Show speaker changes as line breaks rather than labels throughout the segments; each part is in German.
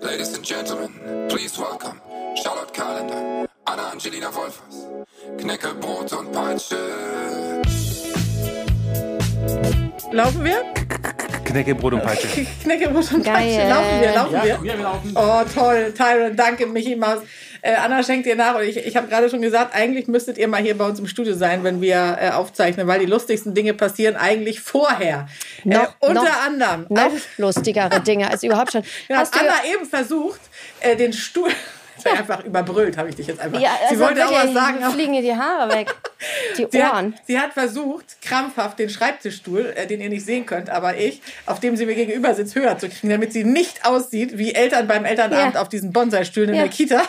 Ladies and Gentlemen, please welcome Charlotte Kalender, Anna Angelina Wolfers, Knäckebrot und Peitsche.
Laufen wir?
Knäckebrot und Peitsche.
Knäckebrot und
Geil.
Peitsche. Laufen wir, laufen
Ja,
wir.
wir laufen.
Oh, toll. Tyron, danke, Michi Maus. Äh, Anna schenkt ihr nach. Und ich, ich habe gerade schon gesagt, eigentlich müsstet ihr mal hier bei uns im Studio sein, wenn wir äh, aufzeichnen, weil die lustigsten Dinge passieren eigentlich vorher.
Noch-
äh, unter
noch-
anderem.
Noch lustigere Dinge als überhaupt schon.
Ja,
Hast du,
Anna eben versucht, äh, den Stuhl. Ich bin einfach überbrüllt, habe ich dich jetzt einfach.
ja, also
sie wollte auch
wirklich,
was sagen.
mir
aber-
fliegen dir die Haare weg. Die
Sie hat,
Ohren.
sie hat versucht, krampfhaft den Schreibtischstuhl, äh, den ihr nicht sehen könnt, aber ich, auf dem sie mir gegenüber sitzt, höher zu kriegen, damit sie nicht aussieht wie Eltern beim Elternabend
Ja.
auf diesen Bonsai-Stühlen in
Ja.
der Kita.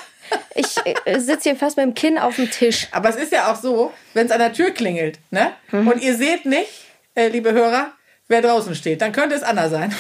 Ich äh, sitze hier fast mit dem Kinn auf dem Tisch.
Aber es ist ja auch so, wenn es an der Tür klingelt, ne?
Mhm.
Und ihr seht nicht, äh, liebe Hörer, wer draußen steht, dann könnte es Anna sein.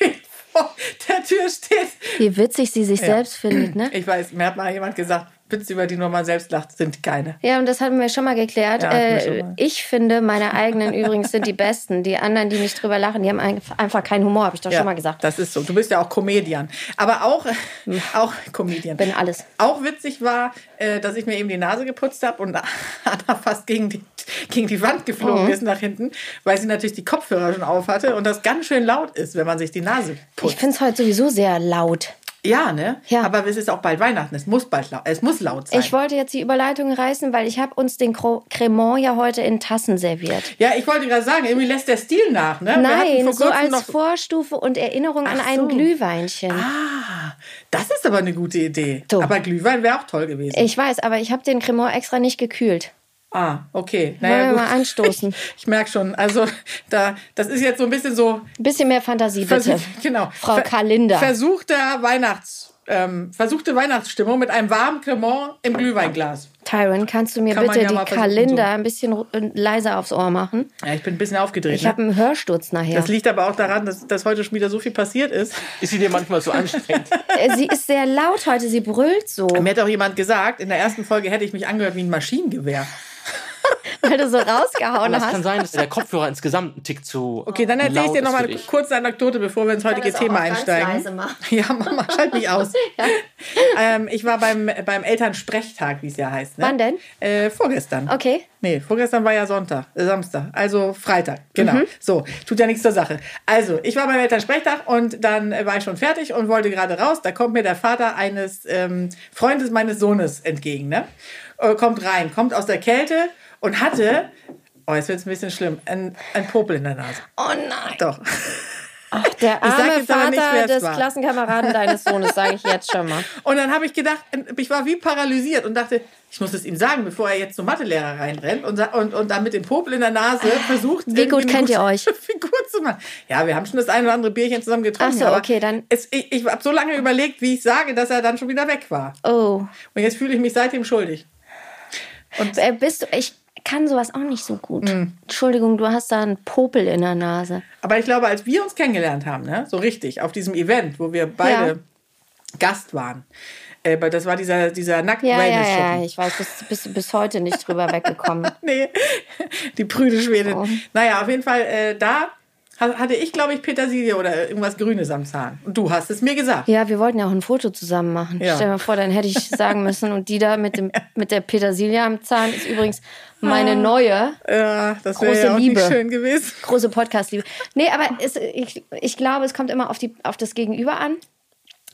die vor Der Tür steht.
Wie witzig sie sich selbst findet, ne?
Ich weiß, mir hat mal jemand gesagt, Witze, über die nur man selbst lacht, sind keine.
Ja, und das hatten wir schon mal geklärt.
Ja, hatten wir
äh,
schon mal.
Ich finde, meine eigenen übrigens sind die besten. Die anderen, die nicht drüber lachen, die haben ein- einfach keinen Humor, habe ich doch
Ja,
schon mal gesagt.
Das ist so. Du bist ja auch Comedian. Aber auch, auch Comedian.
Bin alles.
Auch witzig war, äh, dass ich mir eben die Nase geputzt habe und Anna fast gegen die, gegen die Wand geflogen
Mhm.
ist nach hinten, weil sie natürlich die Kopfhörer schon auf hatte und das ganz schön laut ist, wenn man sich die Nase
Ich
putzt.
finde es heute sowieso sehr laut.
Ja, ne?
Ja.
Aber es ist auch bald Weihnachten. Es muss bald laut, es muss laut sein.
Ich wollte jetzt die Überleitung reißen, weil ich habe uns den Cro- Cremant ja heute in Tassen serviert.
ja, ich wollte gerade sagen, irgendwie lässt der Stil nach, ne? Wir hatten
Nein,
vor
so
kurzem
als
noch,
Vorstufe und Erinnerung an
Ach
ein
so. Ah.
Glühweinchen.
Das ist aber eine gute Idee.
So.
Aber Glühwein wäre auch toll gewesen.
Ich weiß, aber ich habe den Cremant extra nicht gekühlt.
Ah, okay.
Wollen
Naja,
wir
gut.
mal anstoßen?
Ich, ich merke schon, also da, das ist jetzt so ein bisschen so.
Ein bisschen mehr Fantasie, bitte.
versuch- genau.
Frau
Ver-
Kalender.
Versuchter Weihnachts, ähm, versuchte Weihnachtsstimmung mit einem warmen Cremant im Glühweinglas.
Tyron, kannst du mir
Kann man
bitte
ja
die
mal versuchen,
Kalender
so.
ein bisschen ru- äh, leiser aufs Ohr machen?
Ja, ich bin ein bisschen aufgedreht.
Ich
ne?
habe einen Hörsturz nachher.
Das liegt aber auch daran, dass, dass heute schon wieder so viel passiert ist.
Ist sie dir manchmal so anstrengend?
Äh, Sie ist sehr laut heute, sie brüllt so,
Mir hat auch jemand gesagt, in der ersten Folge hätte ich mich angehört wie ein Maschinengewehr.
weil du so rausgehauen
Das kann
hast.
sein, dass der Kopfhörer insgesamt einen Tick zu.
Okay, dann erzähle ich dir
laut ist
nochmal
für
eine
dich.
kurze Anekdote, bevor wir ins heutige
das auch
Thema
auf ganz
einsteigen.
leise machen.
Ja, Mama, schalt mich aus. ähm, ich war beim, beim Elternsprechtag, wie es ja heißt. Ne?
Wann denn?
Äh, vorgestern.
Okay.
Nee, vorgestern war ja Sonntag, äh, Samstag, also Freitag, genau.
Mhm.
So, tut ja nichts zur Sache. Also, ich war beim Elternsprechtag und dann äh, war ich schon fertig und wollte gerade raus. Da kommt mir der Vater eines ähm, Freundes meines Sohnes entgegen, ne? Äh, kommt rein, kommt aus der Kälte und hatte, oh, jetzt wird's ein bisschen schlimm, ein, ein Popel in der Nase.
Oh nein.
Doch.
Der
sag
arme
jetzt aber nicht,
Vater
wer es
des
war.
Klassenkameraden deines Sohnes, sage ich jetzt schon mal.
Und dann habe ich gedacht, ähm, ich war wie paralysiert und dachte, ich muss es ihm sagen, bevor er jetzt zum Mathelehrer reinrennt und, sa- und, und dann mit dem Popel in der Nase versucht,
Ah, Wie gut
irgendwie eine
kennt ihr
gute
euch?
Figur zu machen. Ja, wir haben schon das ein oder andere Bierchen zusammen getrunken.
Ach so,
aber
okay, dann-
Es, ich ich habe so lange überlegt, wie ich sage, dass er dann schon wieder weg war.
Oh.
Und jetzt fühle ich mich seitdem schuldig.
Äh, Bist du, ich kann sowas auch nicht so gut. Entschuldigung, du hast da einen Popel in der Nase.
Aber ich glaube, als wir uns kennengelernt haben, ne, so richtig, auf diesem Event, wo wir beide
Ja.
Gast waren, äh, das war dieser, dieser
Ja, ja,
Nackt-Wellness-Shoppen.
ja, ich weiß, bist, bist, bis heute nicht drüber weggekommen.
nee, die prüde Schwedin.
Oh.
Naja, auf jeden Fall, äh, da ha- hatte ich, glaube ich, Petersilie oder irgendwas Grünes am Zahn. Und du hast es mir gesagt.
Ja, wir wollten ja auch ein Foto zusammen machen.
Ja.
Stell dir mal vor, dann hätte ich sagen müssen, und die da mit, dem, mit der Petersilie am Zahn ist übrigens meine neue.
Ja, Äh, das
Große
wäre ja auch
Liebe.
nicht schön gewesen.
große Podcast-Liebe. Nee, aber es, ich, ich glaube, es kommt immer auf, die, auf das Gegenüber an.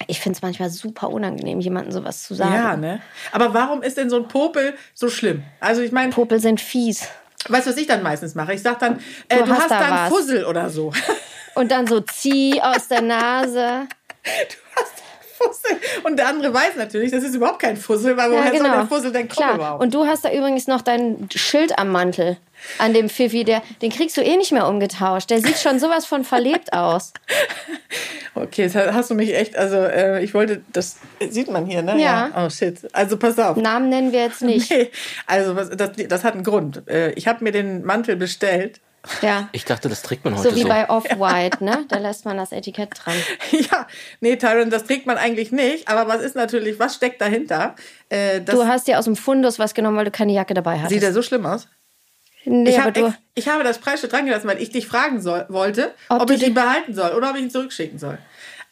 Ich finde es manchmal super unangenehm, jemandem sowas zu sagen.
Ja, ne? Aber warum ist denn so ein Popel so schlimm? Also ich meine,
Popel sind fies.
weißt du, was ich dann meistens mache? Ich sage dann, äh, du, hast, da einen
was.
Fussel oder so.
Und dann so zieh aus der Nase.
Fussel. Und der andere weiß natürlich, das ist überhaupt kein Fussel, weil woher soll der genau. Fussel denn kommen
genau. Klar.
überhaupt?
Und du hast da übrigens noch dein Schild am Mantel an dem Pfiffi, der, den kriegst du eh nicht mehr umgetauscht. Der sieht schon sowas von verlebt aus.
Okay, jetzt hast du mich echt, also äh, ich wollte, das sieht man hier, ne?
Ja.
Oh shit. Also pass auf.
Namen nennen wir jetzt nicht.
Nee, also was, das, das hat einen Grund. Äh, Ich habe mir den Mantel bestellt.
Ja.
Ich dachte, das trägt man heute
So
so.
wie bei Off-White, ne? Da lässt man das Etikett dran.
ja, nee, Tyron, das trägt man eigentlich nicht. Aber was ist natürlich, was steckt dahinter? Äh, das
Du hast dir aus dem Fundus was genommen, weil du keine Jacke dabei hattest.
sieht ja so schlimm aus.
nee,
ich,
aber
hab,
du,
ex- ich habe das Preisschild dran gelassen, weil ich dich fragen soll, wollte,
Ob
ob,
du
ich ihn
den-
behalten soll oder ob ich ihn zurückschicken soll.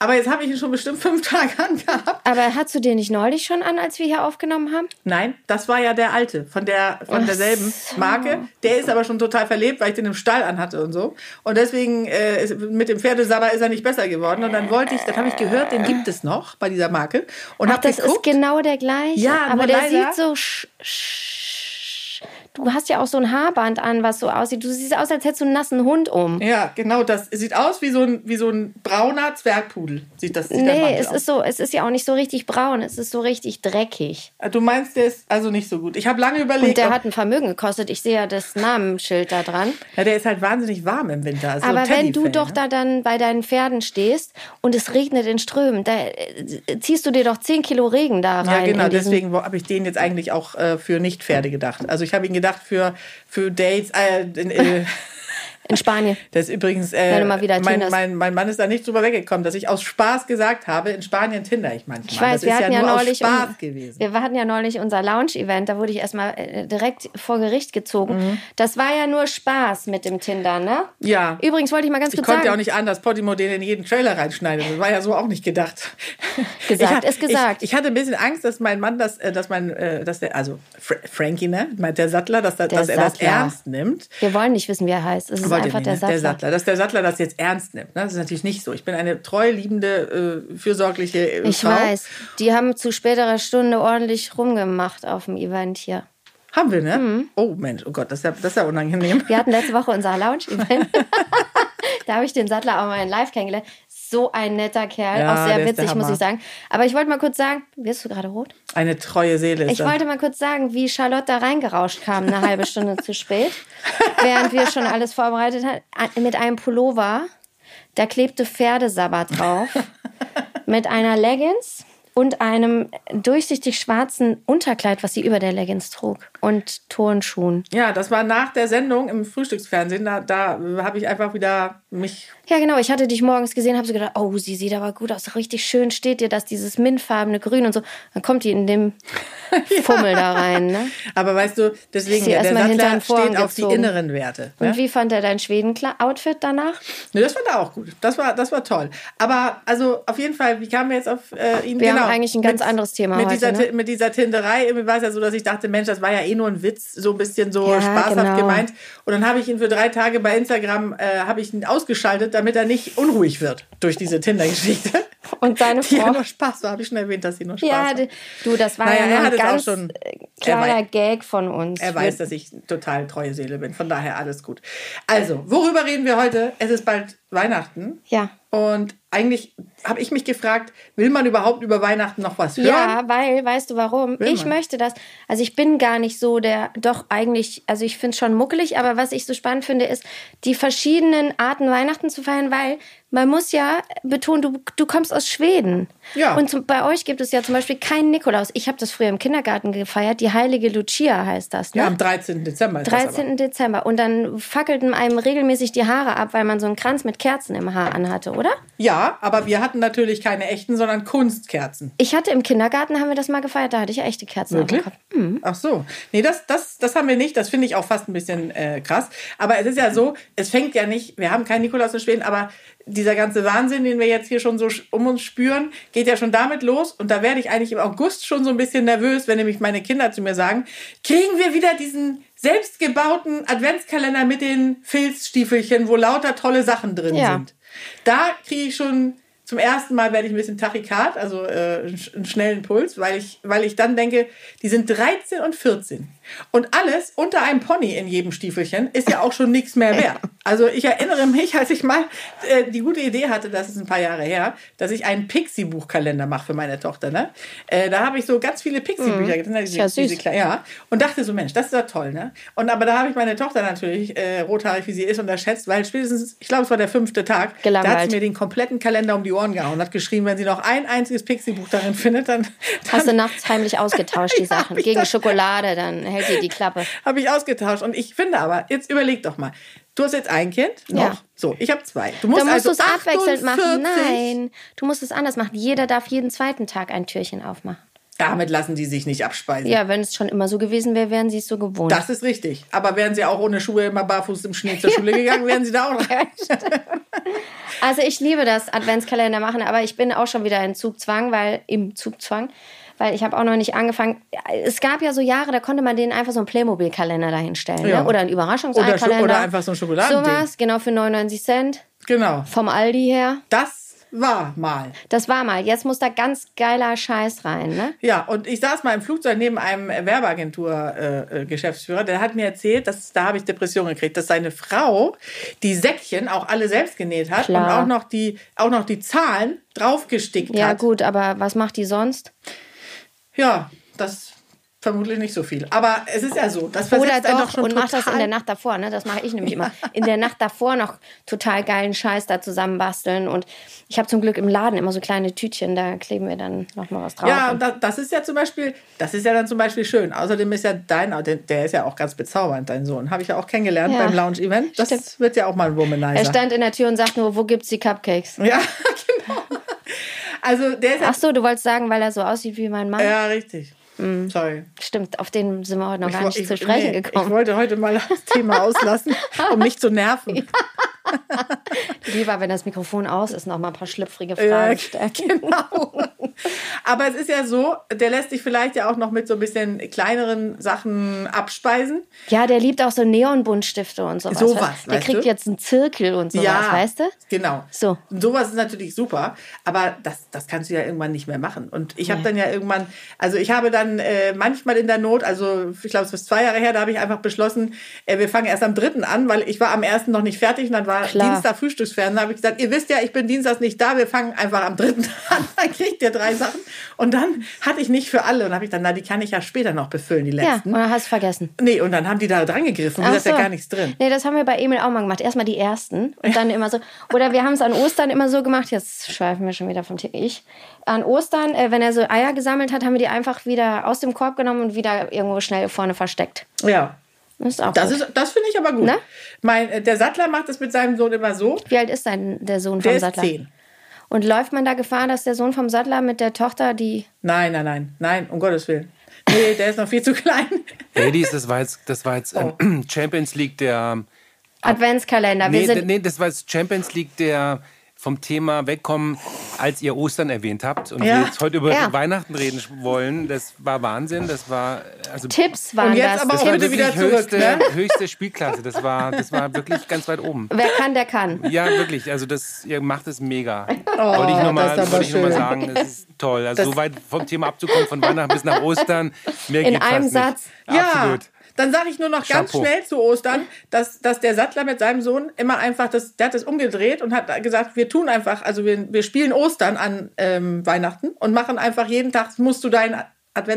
Aber jetzt habe ich ihn schon bestimmt fünf Tage angehabt.
Aber hast du den nicht neulich schon an, als wir hier aufgenommen haben?
Nein, das war ja der alte von der von
Ach
derselben Marke. Der ist aber schon total verlebt, weil ich den im Stall anhatte und so. Und deswegen äh, ist, mit dem Pferdesabber ist er nicht besser geworden. Und dann wollte ich, dann habe ich gehört, den gibt es noch bei dieser Marke. Und
Ach,
habe
das ist
geguckt.
genau der gleiche.
Ja, nur
aber der
leider-
sieht so. sch- sch- Du hast ja auch so ein Haarband an, was so aussieht. Du siehst aus, als hättest du einen nassen Hund um.
ja, genau das. Sieht aus wie so ein, wie so ein brauner Zwergpudel. Sieht das, sieht
nee,
das
es ist so, es ist ja auch nicht so richtig braun, es ist so richtig dreckig.
Ah, Du meinst, der ist also nicht so gut. Ich habe lange überlegt.
Und der
ob-
hat ein Vermögen gekostet. Ich sehe ja das Namensschild da dran.
ja, der ist halt wahnsinnig warm im Winter. Ist so ein
Aber wenn du
Teddyfell,
doch
ne?
da dann bei deinen Pferden stehst und es regnet in Strömen, da äh, ziehst du dir doch 10 Kilo Regen da rein.
Ja, genau,
in diesen-
deswegen habe ich den jetzt eigentlich auch äh, für Nicht-Pferde gedacht. Also ich habe ihn gedacht für, für Dates. Äh, in, äh,
In Spanien.
das ist übrigens, äh,
du mal wieder
mein,
tinderst.
mein, mein Mann ist da nicht drüber weggekommen, dass ich aus Spaß gesagt habe, in Spanien tinder ich manchmal.
Ich weiß,
das
wir
ist
hatten ja,
nur
neulich, um-
aus Spaß
un-
gewesen.
wir hatten ja neulich unser Lounge-Event, da wurde ich erstmal äh, direkt vor Gericht gezogen. Das war ja nur Spaß mit dem Tinder, ne?
Mhm. Ja.
Übrigens wollte ich mal ganz
Ich
kurz
konnte
sagen,
ja auch nicht anders, Podimo den in jeden Trailer reinschneiden. Das war ja so auch nicht gedacht.
Gesagt
ich, ha-
ist gesagt.
Ich, ich hatte ein bisschen Angst, dass mein Mann, das, äh, dass mein, äh, dass der, also Fra Frankie, ne, meint der Sattler, dass, da,
Der
dass er das
Sattler.
ernst nimmt.
wir wollen nicht wissen, wie er heißt. Es ist
Wollt ihr
einfach
nicht,
der
ne?
Sattler.
der Sattler. Dass der Sattler das jetzt ernst nimmt. Ne? Das ist natürlich nicht so. Ich bin eine treu liebende, äh, fürsorgliche äh,
Ich
Frau.
weiß, die haben zu späterer Stunde ordentlich rumgemacht auf dem Event hier.
Haben wir, ne?
Mhm.
Oh Mensch, oh Gott, das ist ja, das ist ja unangenehm.
Wir hatten letzte Woche unser Lounge-Event. da habe ich den Sattler auch mal in Live kennengelernt. So ein netter Kerl,
Ja,
auch
der
sehr
ist der
witzig, muss
Hammer.
ich sagen. Aber ich wollte mal kurz sagen, wirst du gerade rot?
Eine treue Seele ist
Ich
das.
wollte mal kurz sagen, wie Charlotte da reingerauscht kam, eine halbe Stunde zu spät, während wir schon alles vorbereitet hatten, mit einem Pullover. Da klebte Pferdesabbat drauf, mit einer Leggings und einem durchsichtig schwarzen Unterkleid, was sie über der Leggings trug, und Turnschuhen.
Ja, das war nach der Sendung im Frühstücksfernsehen. Da, da äh, habe ich einfach wieder mich.
Ja, genau. Ich hatte dich morgens gesehen, habe so gedacht, oh, sie sieht aber gut aus. Richtig schön steht dir das, dieses mintfarbene Grün und so. Dann kommt die in dem Fummel da rein. Ne?
Aber weißt du, deswegen,
Ist sie
der
erst mal hinter
Sattler
den Vorhang
steht auf die
gezogen.
inneren Werte.
Und
Ne?
wie fand er dein Schweden-Outfit danach?
Ne, das fand er auch gut. Das war, das war toll. Aber also auf jeden Fall, wie kamen wir jetzt auf äh, ihn?
Wir haben eigentlich ein ganz anderes Thema
mit
heute,
Dieser,
ne?
Ti- Mit dieser Tinderei war es ja so, dass ich dachte, Mensch, das war ja eh nur ein Witz, so ein bisschen so
Ja,
spaßhaft
genau.
gemeint. Und dann habe ich ihn für drei Tage bei Instagram äh, habe ich ihn ausgeschaltet, damit er nicht unruhig wird durch diese Tinder-Geschichte.
Und seine
Die ja
Frau.
nur Spaß war, habe ich schon erwähnt, dass sie nur Spaß
Oh. Ja,
war.
hatte- du, das war
Naja,
ja
er
nur
hat
ein
es auch
ganz
schon-
äh,
Er weiß-
kleiner Gag von uns.
Er weiß, dass ich total treue Seele bin. Von daher alles gut. Also, worüber reden wir heute? Es ist bald Weihnachten.
Ja.
Und eigentlich habe ich mich gefragt, will man überhaupt über Weihnachten noch was hören?
Ja, weil, weißt du warum?
Will
ich
man.
möchte das. Also ich bin gar nicht so der, doch eigentlich, also ich finde es schon muckelig, aber was ich so spannend finde, ist die verschiedenen Arten Weihnachten zu feiern, weil man muss ja betonen, du, du kommst aus Schweden.
Ja.
Und zum, bei euch gibt es ja zum Beispiel keinen Nikolaus. Ich habe das früher im Kindergarten gefeiert. Die heilige Lucia heißt das. Ne?
Ja, am 13. Dezember. Ist Das aber.
13. Dezember. Und dann fackelten einem regelmäßig die Haare ab, weil man so einen Kranz mit Kerzen im Haar anhatte, oder?
Ja, aber wir hatten natürlich keine echten, sondern Kunstkerzen.
Ich hatte im Kindergarten, haben wir das mal gefeiert, da hatte ich echte Kerzen auf dem Kopf.
Ach so. Nee, das, das, das haben wir nicht. Das finde ich auch fast ein bisschen äh, krass. Aber es ist ja so, es fängt ja nicht, wir haben keinen Nikolaus in Schweden, aber dieser ganze Wahnsinn, den wir jetzt hier schon so sch- um uns spüren, geht ja schon damit los. Und da werde ich eigentlich im August schon so ein bisschen nervös, wenn nämlich meine Kinder zu mir sagen, kriegen wir wieder diesen selbstgebauten Adventskalender mit den Filzstiefelchen, wo lauter tolle Sachen drin
Ja.
sind. Da kriege ich schon zum ersten Mal werde ich ein bisschen tachykard, also äh, einen sch- einen schnellen Puls, weil ich, weil ich dann denke, die sind 13 und 14. Und alles unter einem Pony in jedem Stiefelchen ist ja auch schon nichts mehr wert. Also ich erinnere mich, als ich mal äh, die gute Idee hatte, das ist ein paar Jahre her, dass ich einen Pixie-Buchkalender mache für meine Tochter. Ne? Äh, da habe ich so ganz viele Pixie-Bücher getan. Diese,
Mhm. ja
diese
süß.
Kle- ja, und dachte so, Mensch, das ist ja toll, ne? Und aber da habe ich meine Tochter natürlich, äh, rothaarig wie sie ist, unterschätzt, weil spätestens, ich glaube, es war der fünfte Tag,
Gelangweilt.
da hat sie mir den kompletten Kalender um die Ohren gehauen und hat geschrieben, wenn sie noch ein einziges Pixie-Buch darin findet, dann,
Hast du
dann
nachts heimlich ausgetauscht, die
Ja,
Sachen.
hab ich
Gegen
das-
Schokolade, dann hält dir die Klappe.
habe ich ausgetauscht. Und ich finde aber, jetzt überleg doch mal, du hast jetzt ein Kind, noch,
Ja.
so, ich habe zwei. Du musst,
dann musst
also
du es abwechselnd machen.
48
Nein, du musst es anders machen. Jeder darf jeden zweiten Tag ein Türchen aufmachen.
Damit lassen die sich nicht abspeisen.
Ja, wenn es schon immer so gewesen wäre, wären sie es so gewohnt.
Das ist richtig. Aber wären sie auch ohne Schuhe immer barfuß im Schnee zur Schule gegangen, wären sie da auch rein.
Also ich liebe das Adventskalender machen, aber ich bin auch schon wieder in Zugzwang, weil im Zugzwang, weil ich habe auch noch nicht angefangen. Es gab ja so Jahre, da konnte man denen einfach so einen Playmobil-Kalender dahinstellen,
Ja.
ne? oder einen
Oder Scho-
Überraschungskalender.
oder einfach so ein Schokoladending.
Sowas, genau für 99 Cent
Genau.
vom Aldi her.
Das war mal.
Das war mal. Jetzt muss da ganz geiler Scheiß rein, ne?
Ja, und ich saß mal im Flugzeug neben einem Werbeagentur-Geschäftsführer, der hat mir erzählt, dass da habe ich Depressionen gekriegt, dass seine Frau die Säckchen auch alle selbst genäht hat
Klar.
und auch noch die, auch noch die Zahlen draufgestickt
Ja,
hat.
gut, aber was macht die sonst?
Ja, das vermutlich nicht so viel. Aber es ist ja so, das versetzt
Oder
einen doch
doch
schon
und
total.
macht das in der Nacht davor, ne? Das mache ich nämlich immer. In der Nacht davor noch total geilen Scheiß da zusammenbasteln. Und ich habe zum Glück im Laden immer so kleine Tütchen, da kleben wir dann nochmal was drauf.
ja,
Und-
das, das ist ja zum Beispiel, das ist ja dann zum Beispiel schön. Außerdem ist ja dein, der- der ist ja auch ganz bezaubernd, dein Sohn. Habe ich ja auch kennengelernt
Ja.
beim Lounge-Event. Das
Stimmt.
wird ja auch mal ein Womanizer.
er stand in der Tür und sagt nur, wo gibt's die Cupcakes?
ja, genau. Also der ist ja
Ach so, du wolltest sagen, weil er so aussieht wie mein Mann.
Ja, richtig. Sorry.
Stimmt, auf den sind wir heute Mhm. noch gar
wo-
nicht zu sprechen
nee, Ich
gekommen.
wollte heute mal das Thema auslassen, um mich zu nerven.
Lieber, wenn das Mikrofon aus ist, noch mal ein paar schlüpfrige Fragen
Ja,
stellen.
genau. Aber es ist ja so, der lässt sich vielleicht ja auch noch mit so ein bisschen kleineren Sachen abspeisen.
Ja, der liebt auch so Neonbuntstifte und sowas.
Sowas,
weißt du? Der
weißt
kriegt
du?
jetzt einen Zirkel und sowas, weißt du?
Genau.
So.
Sowas ist natürlich super, aber das, das kannst du ja irgendwann nicht mehr machen. Und ich habe
Nee.
dann ja irgendwann, also ich habe dann äh, manchmal in der Not, also ich glaube, es ist zwei Jahre her, da habe ich einfach beschlossen, äh, wir fangen erst am dritten an, weil ich war am ersten noch nicht fertig und dann war
Klar.
Dienstag Frühstücksfernsehen. Da habe ich gesagt, ihr wisst ja, ich bin Dienstags nicht da, wir fangen einfach am dritten an, dann kriegt ihr drei Sachen. Und dann hatte ich nicht für alle und habe ich dann, na, die kann ich ja später noch befüllen, die
Ja,
letzten.
oder hast du vergessen?
Nee, und dann haben die da dran gegriffen, und da ist ja
Ach so.
gar nichts drin.
Nee, das haben wir bei Emil auch mal gemacht. Erstmal die ersten und dann immer so. Oder wir haben es an Ostern immer so gemacht. Jetzt schweifen wir schon wieder vom Thema. Ich. An Ostern, äh, wenn er so Eier gesammelt hat, haben wir die einfach wieder aus dem Korb genommen und wieder irgendwo schnell vorne versteckt.
Ja.
Das ist auch
Das,
gut.
ist, das finde ich aber gut.
Ne?
Mein, äh, der Sattler macht es mit seinem Sohn immer so.
Wie alt ist dein, der Sohn vom
Der ist
Sattler?
zehn.
Und läuft man da Gefahr, dass der Sohn vom Sattler mit der Tochter die.
Nein, nein, nein, nein, um Gottes Willen. Nee, der ist noch viel zu klein.
Ladies, das war jetzt, das war jetzt
Oh.
ähm, Champions League der.
Adventskalender. Wir
Nee,
sind
nee, das war jetzt Champions League der vom Thema wegkommen, als ihr Ostern erwähnt habt und
Ja.
wir jetzt heute über
Ja.
Weihnachten reden wollen. Das war Wahnsinn. Das war also
Tipps waren
Und jetzt
das.
aber auch
das war
bitte
wirklich
wieder zurück,
höchste,
ne?
höchste Spielklasse. Das war, das war wirklich ganz weit oben.
Wer kann, der kann.
Ja, wirklich. Also das, ihr macht es mega.
Oh,
wollte ich nochmal
das ist aber
noch mal
schön.
sagen, das ist toll. Also so weit vom Thema abzukommen, von Weihnachten bis nach Ostern. Mehr
In
geht fast
einem
nicht.
Satz.
Ja,
Absolut.
dann sage ich nur noch ganz
Chapeau.
schnell zu Ostern, dass, dass der Sattler mit seinem Sohn immer einfach, das, der hat das umgedreht und hat gesagt, wir tun einfach, also wir, wir spielen Ostern an ähm, Weihnachten und machen einfach jeden Tag, musst du deinen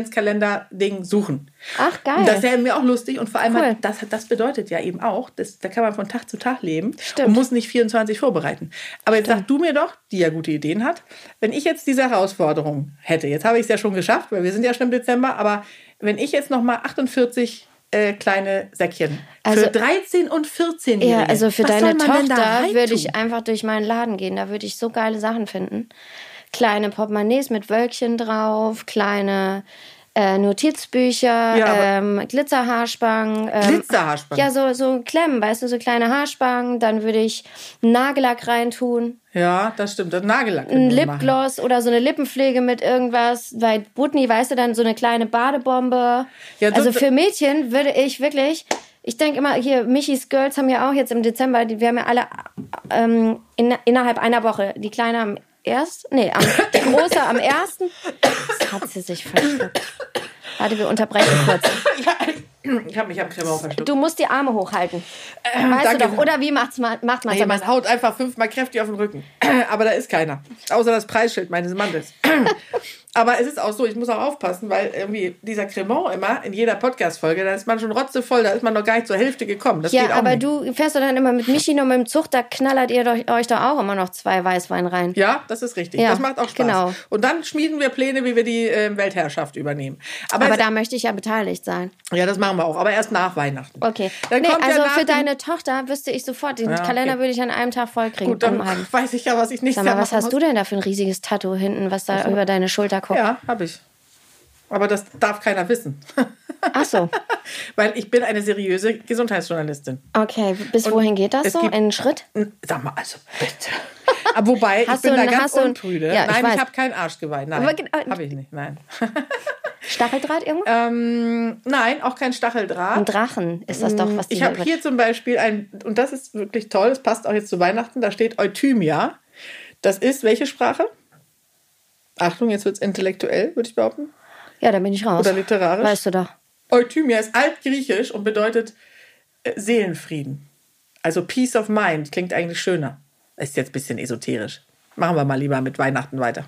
Adventskalender-Ding suchen.
Ach, geil.
Und das ist ja mir auch lustig und vor allem,
Cool.
hat, das, das bedeutet ja eben auch, das, da kann man von Tag zu Tag leben
Stimmt.
und muss nicht 24 vorbereiten. Aber jetzt sag du mir doch, die ja gute Ideen hat, wenn ich jetzt diese Herausforderung hätte, jetzt habe ich es ja schon geschafft, weil wir sind ja schon im Dezember, aber wenn ich jetzt nochmal 48 äh, kleine Säckchen
Also-
für 13 und 14
Ja, also für
was
deine
soll man denn da
Tochter
reintun?
würde ich einfach durch meinen Laden gehen. Da würde ich so geile Sachen finden. Kleine Portemonnaies mit Wölkchen drauf, kleine äh, Notizbücher,
Ja, aber-
ähm, Glitzerhaarspangen. Ähm,
Glitzerhaarspangen?
Ja, so, so Klemmen, weißt du, so kleine Haarspangen. Dann würde ich einen Nagellack reintun,
Ja, das stimmt, das Nagellack.
einen
würde man machen.
Lipgloss oder so eine Lippenpflege mit irgendwas. Bei Butni, weißt du, dann so eine kleine Badebombe.
Ja, so-
also für Mädchen würde ich wirklich, ich denke immer, hier, Michis Girls haben ja auch jetzt im Dezember, die, wir haben ja alle ähm, in, innerhalb einer Woche, die Kleine am ersten, nee, am, die Große am ersten. Jetzt hat sie sich verschluckt. Warte, wir unterbrechen kurz.
Ich habe mich am Creme auch verschluckt.
Du musst die Arme hochhalten. weißt
Ähm, danke.
du doch, oder wie macht's man, macht man's
Hey,
am
man haut einfach fünfmal kräftig auf den Rücken. Aber da ist keiner. Außer das Preisschild meines Mantels. Aber es ist auch so, ich muss auch aufpassen, weil irgendwie dieser Cremant immer in jeder Podcast-Folge, da ist man schon rotzevoll, da ist man noch gar nicht zur Hälfte gekommen. Das geht
Ja,
auch
aber
nicht.
du fährst doch dann immer mit Michi noch mit dem Zug, da knallert ihr doch, euch doch auch immer noch zwei Weißwein rein.
Ja, das ist richtig.
Ja,
das macht auch Spaß.
genau.
Und dann schmieden wir Pläne, wie wir die äh, Weltherrschaft übernehmen. Aber,
Aber
es,
da möchte ich ja beteiligt sein.
ja, das machen wir auch. Aber erst nach Weihnachten.
Okay.
Dann
nee,
kommt ja
also
nach
für
dem-
deine Tochter wüsste ich sofort, den
Ja, okay.
Kalender würde ich an einem Tag Um voll kriegen.
Gut, dann weiß ich ja, was Also ich nicht
Sag mal, was hast du denn da für ein riesiges Tattoo hinten, was da über deine Schulter guckt?
Ja, habe ich. Aber das darf keiner wissen.
Ach so.
Weil ich bin eine seriöse Gesundheitsjournalistin.
Okay, bis wohin geht das
es
so?
gibt-
Einen Schritt?
Sag mal, also bitte. Aber wobei, ich
Hast
bin
du
da
ein-
ganz
hast du ein-
unprüde.
Ja, ich
nein, ich,
weiß.
habe kein Arschgeweih. Nein,
Aber genau-
habe ich nicht. Nein.
Stacheldraht irgendwo?
Ähm, nein, auch kein Stacheldraht.
Ein Drachen ist das doch, was die
Ich habe hier zum Beispiel ein, und das ist wirklich toll, das passt auch jetzt zu Weihnachten, da steht Euthymia. Das ist welche Sprache? Achtung, jetzt wird es intellektuell, würde ich behaupten.
Ja, da bin ich raus.
Oder literarisch?
Weißt du doch.
Euthymia ist altgriechisch und bedeutet äh, Seelenfrieden. Also Peace of Mind klingt eigentlich schöner. Ist jetzt ein bisschen esoterisch. Machen wir mal lieber mit Weihnachten weiter.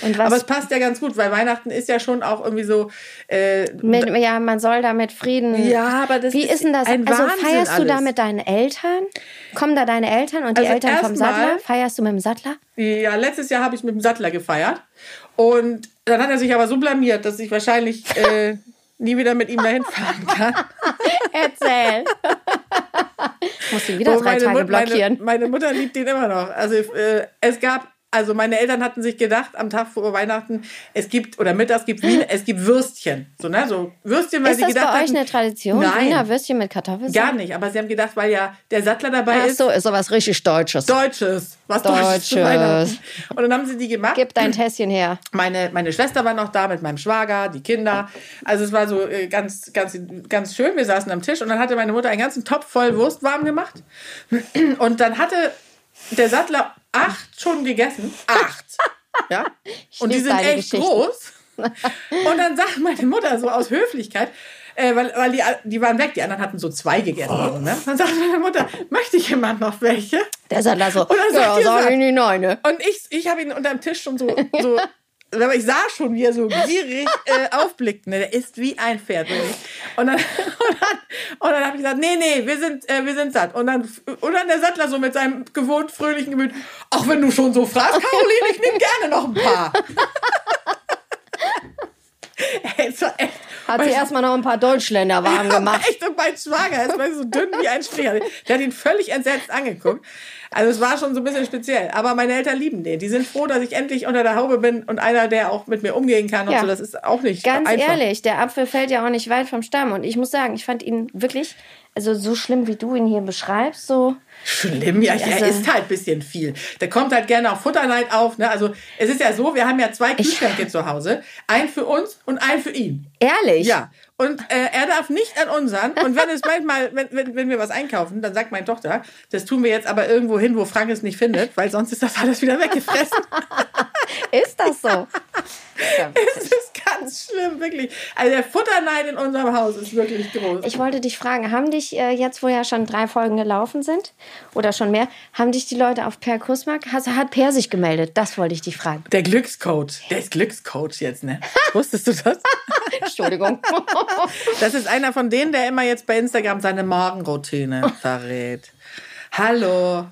Und was?
Aber es passt ja ganz gut, weil Weihnachten ist ja schon auch irgendwie so. Äh,
mit, ja, man soll damit Frieden.
Ja, aber das
Wie
ist
ist denn das?
ein
also
Wahnsinn
feierst du da
alles.
mit deinen Eltern? Kommen da deine Eltern und die
Also
Eltern vom
erstmal-
Sattler? Feierst du mit dem Sattler?
ja, letztes Jahr habe ich mit dem Sattler gefeiert. Und dann hat er sich aber so blamiert, dass ich wahrscheinlich äh, nie wieder mit ihm dahin fahren kann.
Erzähl. Musst du wieder
Aber
drei Tage
Mut-
blockieren.
Oh, Meine, meine Mutter liebt ihn immer noch. Also äh, es gab, also meine Eltern hatten sich gedacht am Tag vor Weihnachten, es gibt oder mittags gibt Wien, es gibt Würstchen, so ne, so Würstchen, weil
ist
sie
das
gedacht
bei euch
hatten,
eine Tradition?
Nein.
Wiener Würstchen mit Kartoffelsalat?
gar nicht. Aber sie haben gedacht, weil ja der Sattler dabei
Ach
ist,
so, ist sowas richtig Deutsches.
Deutsches, was Deutsches. zu
Deutsches.
Weihnachten. Und dann haben sie die gemacht.
Gib dein Tässchen her.
Meine, meine Schwester war noch da mit meinem Schwager, die Kinder. Also es war so äh, ganz, ganz, ganz schön. Wir saßen am Tisch und dann hatte meine Mutter einen ganzen Topf voll Wurst warm gemacht. Und dann hatte der Sattler acht schon gegessen. Acht. Ja? Und die
liebe
sind
deine
echt
Geschichten.
groß. Und dann sagt meine Mutter so aus Höflichkeit, äh, weil, weil die, die waren weg, die anderen hatten so zwei gegessen. Ne? Dann sagt meine Mutter, möchte jemand noch welche?
Der Sattler so,
dann sagt
ja,
ihr
sag
Satt.
ich nicht nein, ne?
Und ich, ich habe ihn unterm Tisch schon so. so Aber ich sah schon, wie er so gierig äh, aufblickt. Ne? Der ist wie ein Pferd. Wirklich. Und dann, und dann, und dann habe ich gesagt, nee, nee, wir sind, äh, wir sind satt. Und dann, und dann der Sattler so mit seinem gewohnt fröhlichen Gemüt, auch wenn du schon so fragst, Caroline, ich nehme gerne noch ein paar. Ey, es war echt,
Hat sie erstmal noch ein paar Deutschländer warm gemacht.
echt, und mein Schwager ist weil so dünn wie ein Stricher. Der hat ihn völlig entsetzt angeguckt. Also es war schon so ein bisschen speziell. Aber meine Eltern lieben den. Die sind froh, dass ich endlich unter der Haube bin und einer, der auch mit mir umgehen kann und
Ja.
so. Das ist auch nicht
Ganz
einfach.
ehrlich, der Apfel fällt ja auch nicht weit vom Stamm. Und ich muss sagen, ich fand ihn wirklich, also so schlimm, wie du ihn hier beschreibst, so.
Schlimm, ja,
Also-
er isst halt ein bisschen viel. Der kommt halt gerne auf Futterleid auf. Ne? Also es ist ja so, wir haben ja zwei Kühlschränke zu Hause. Einen für uns und einen für ihn.
Ehrlich?
Ja, und äh, er darf nicht an unseren. Und wenn es manchmal, wenn, wenn, wenn wir was einkaufen, dann sagt meine Tochter, das tun wir jetzt aber irgendwo hin, wo Frank es nicht findet, weil sonst ist das alles wieder weggefressen.
Ist das so?
das ist ganz schlimm, wirklich. Also der Futterneid in unserem Haus ist wirklich groß.
Ich wollte dich fragen, haben dich äh, jetzt, wo ja schon drei Folgen gelaufen sind oder schon mehr, haben dich die Leute auf Per Kussmark, hast, hat Per sich gemeldet? Das wollte ich dich fragen.
der Glückscoach, der ist Glückscoach jetzt, ne? Wusstest du das?
Entschuldigung.
Das ist einer von denen, der immer jetzt bei Instagram seine Morgenroutine verrät. Hallo.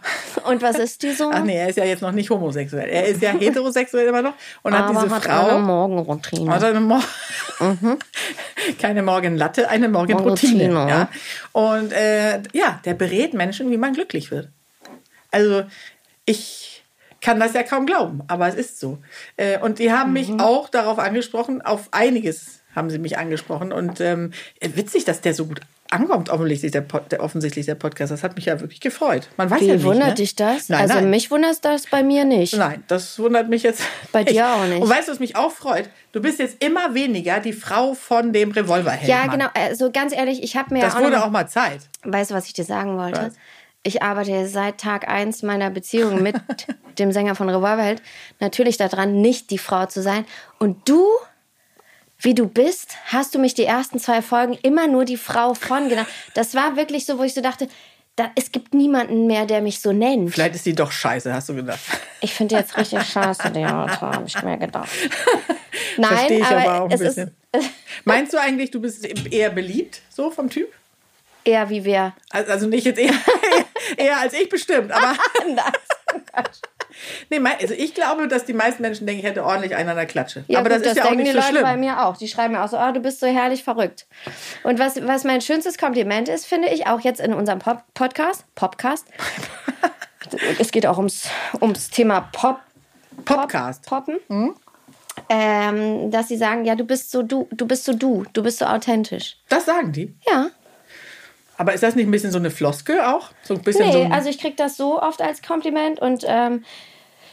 Und was ist die so?
Ach nee, er ist ja jetzt noch nicht homosexuell. Er ist ja heterosexuell immer noch und hat
Aber
diese
hat
Frau.
eine Morgenroutine.
Hat Also eine Mor
Mhm.
Keine Morgenlatte, eine Morgenroutine.
Morgenroutine,
Ja. Und äh, ja, der berät Menschen, wie man glücklich wird. Also ich kann das ja kaum glauben, aber es ist so. Äh, und die haben mich
Mhm.
auch darauf angesprochen, auf einiges haben sie mich angesprochen. Und ähm, witzig, dass der so gut ankommt, offensichtlich der, Pod der, offensichtlich der Podcast. Das hat mich ja wirklich gefreut. Man weiß ja
Wie
nicht.
wundert
ne?
dich das?
Nein,
also
nein.
mich wundert das bei mir nicht.
Nein, das wundert mich jetzt.
Bei dir auch nicht.
Und weißt du, was mich auch freut? Du bist jetzt immer weniger die Frau von dem Revolverheld.
Ja,
Mann.
genau. Also ganz ehrlich, ich habe mir
Das
auch, noch-
wurde auch mal Zeit.
Weißt du, was ich dir sagen wollte?
Was?
Ich arbeite seit Tag eins meiner Beziehung mit dem Sänger von Revolverheld natürlich daran, nicht die Frau zu sein. Und du, wie du bist, hast du mich die ersten zwei Folgen immer nur die Frau von genannt. Das war wirklich so, wo ich so dachte, da, es gibt niemanden mehr, der mich so nennt.
Vielleicht ist die doch scheiße, hast du gedacht.
Ich finde jetzt richtig scheiße, die Auto, habe ich mir gedacht. Nein,
Verstehe ich aber,
aber,
auch ein
es
bisschen. Meinst du eigentlich, du bist eher beliebt, so vom Typ?
ist eher wie wer.
Also also nicht jetzt eher, eher als ich bestimmt, aber. Nee, mein- also ich glaube, dass die meisten Menschen denken, ich hätte ordentlich einen an der Klatsche. aber
gut,
das ist ja auch
denken
nicht
die
so
Leute
schlimm.
bei mir auch. Die schreiben mir auch so, oh, du bist so herrlich verrückt. Und was, was mein schönstes Kompliment ist, finde ich, auch jetzt in unserem Pop Podcast, Popcast, es geht auch ums, ums Thema Pop,
Podcast.
Poppen, ähm, dass sie sagen, ja, du bist so du, du bist so du, du bist so authentisch.
Das sagen die.
Ja.
Aber ist das nicht ein bisschen so eine Floskel auch? So ein bisschen so
Nee,
ein,
also ich krieg das so oft als Kompliment und ähm,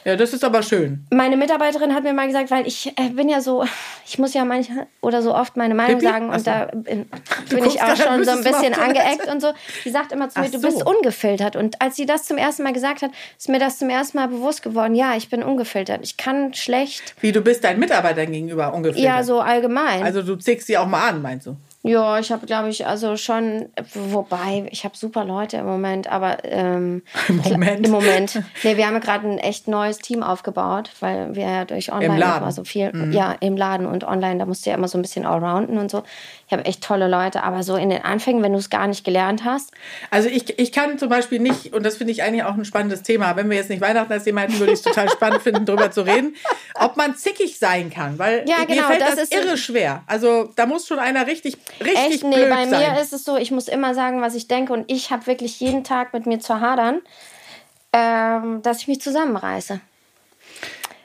Ja, das ist aber schön.
meine Mitarbeiterin hat mir mal gesagt, weil ich äh, bin ja so, ich muss ja manchmal oder so oft meine Meinung
Hippie?
sagen und
Ach
da bin,
Du
bin
guckst
ich auch
gerade,
schon so
müsstest du
ein bisschen
mal auf Toilette.
angeeckt und so. Die sagt immer zu
Ach
mir, du
so.
bist ungefiltert. Und als sie das zum ersten Mal gesagt hat, ist mir das zum ersten Mal bewusst geworden. Ja, ich bin ungefiltert. Ich kann schlecht,
Wie du bist deinen Mitarbeitern gegenüber ungefähr.
ja, so allgemein.
Also du zickst sie auch mal an, meinst du?
Ja, ich habe, glaube ich, also schon, wobei, ich habe super Leute im Moment, aber ähm,
Im Moment.
Im Moment. Nee, wir haben ja gerade ein echt neues Team aufgebaut, weil wir ja durch Online
Laden. Mhm.
immer so viel, ja, im Laden und online, da musst du ja immer so ein bisschen allrounden und so. Ich habe echt tolle Leute, aber so in den Anfängen, wenn du es gar nicht gelernt hast,
Also ich, ich kann zum Beispiel nicht, und das finde ich eigentlich auch ein spannendes Thema, wenn wir jetzt nicht Weihnachten als Thema hätten, würde ich es total spannend finden, drüber zu reden, ob man zickig sein kann, weil
Ja,
mir
genau,
fällt das,
das ist-
irre schwer. Also da muss schon einer richtig, richtig
echt, nee,
blöd
bei mir
sein.
ist es so, ich muss immer sagen, was ich denke und ich habe wirklich jeden Tag mit mir zu hadern, ähm, dass ich mich zusammenreiße.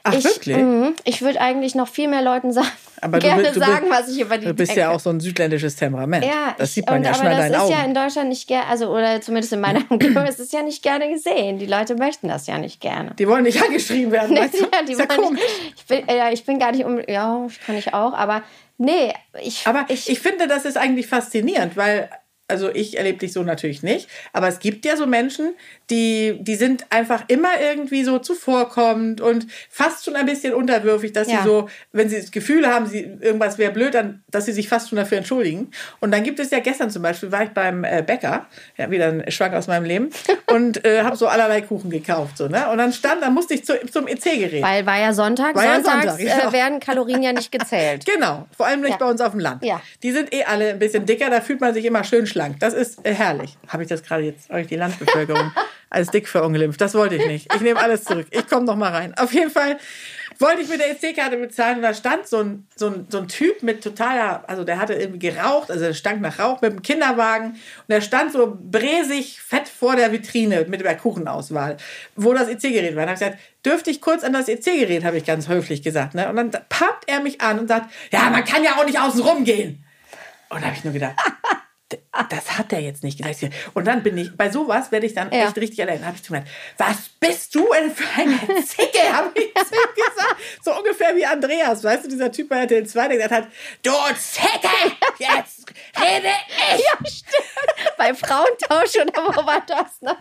Ach,
ich,
wirklich?
mhm. ich würde eigentlich noch viel mehr Leuten sagen,
Aber du
gerne
bist- du bist-
sagen, was ich über die
Du bist
denke.
ja auch so ein südländisches Temperament.
Ja,
das
ich-
sieht man
und,
ja schon
aber
an
das
deinen
ist
Augen.
ja in Deutschland nicht gerne, also oder zumindest in meiner Umgebung ist es ja nicht gerne gesehen. Die Leute möchten das ja nicht gerne.
die wollen nicht angeschrien werden. weißt du?
ja, die
ist ja
wollen
komisch.
nicht, ich, bin, ja, ich bin gar nicht um, ja, kann ich auch, aber nee, ich,
Aber ich, finde, das ist eigentlich faszinierend, weil, also ich erlebe dich so natürlich nicht, aber es gibt ja so Menschen, die, die sind einfach immer irgendwie so zuvorkommend und fast schon ein bisschen unterwürfig, dass
Ja.
sie so, wenn sie das Gefühl haben, sie, irgendwas wäre blöd, dann, dass sie sich fast schon dafür entschuldigen. Und dann gibt es ja gestern zum Beispiel, war ich beim äh, Bäcker, ja, wieder ein Schwank aus meinem Leben, und äh, habe so allerlei Kuchen gekauft. So, ne? Und dann stand, dann musste ich zu, zum E EC-Gerät.
weil war ja Sonntag,
War ja Sonntag,
sonntags
genau.
äh, werden Kalorien ja nicht gezählt.
Genau, vor allem nicht
Ja.
bei uns auf dem Land.
Ja.
Die sind eh alle ein bisschen dicker, da fühlt man sich immer schön schlank. Das ist äh, herrlich. Habe ich das gerade jetzt euch die Landbevölkerung als dick verunglimpft? Das wollte ich nicht. Ich nehme alles zurück. Ich komme noch mal rein. Auf jeden Fall wollte ich mit der EC-Karte bezahlen und da stand so ein, so, ein, so ein Typ mit totaler, also der hatte irgendwie geraucht, also der stank nach Rauch mit dem Kinderwagen und der stand so bräsig fett vor der Vitrine mit der Kuchenauswahl, wo das EC-Gerät war. Und habe ich gesagt, dürfte ich kurz an das E EC-Gerät, habe ich ganz höflich gesagt. Ne? Und dann pappt er mich an und sagt, ja, man kann ja auch nicht außen rum gehen. Und da habe ich nur gedacht, d- das hat er jetzt nicht gedacht. Und dann bin ich, bei sowas werde ich dann
Ja.
echt richtig allein. Da habe ich zu mir gedacht, was bist du denn für eine Zicke, habe ich zu ihm gesagt. So ungefähr wie Andreas, weißt du, dieser Typ bei RTL 2, der gesagt hat, du Zicke, jetzt rede ich.
Bei Frauentausch oder wo war das noch?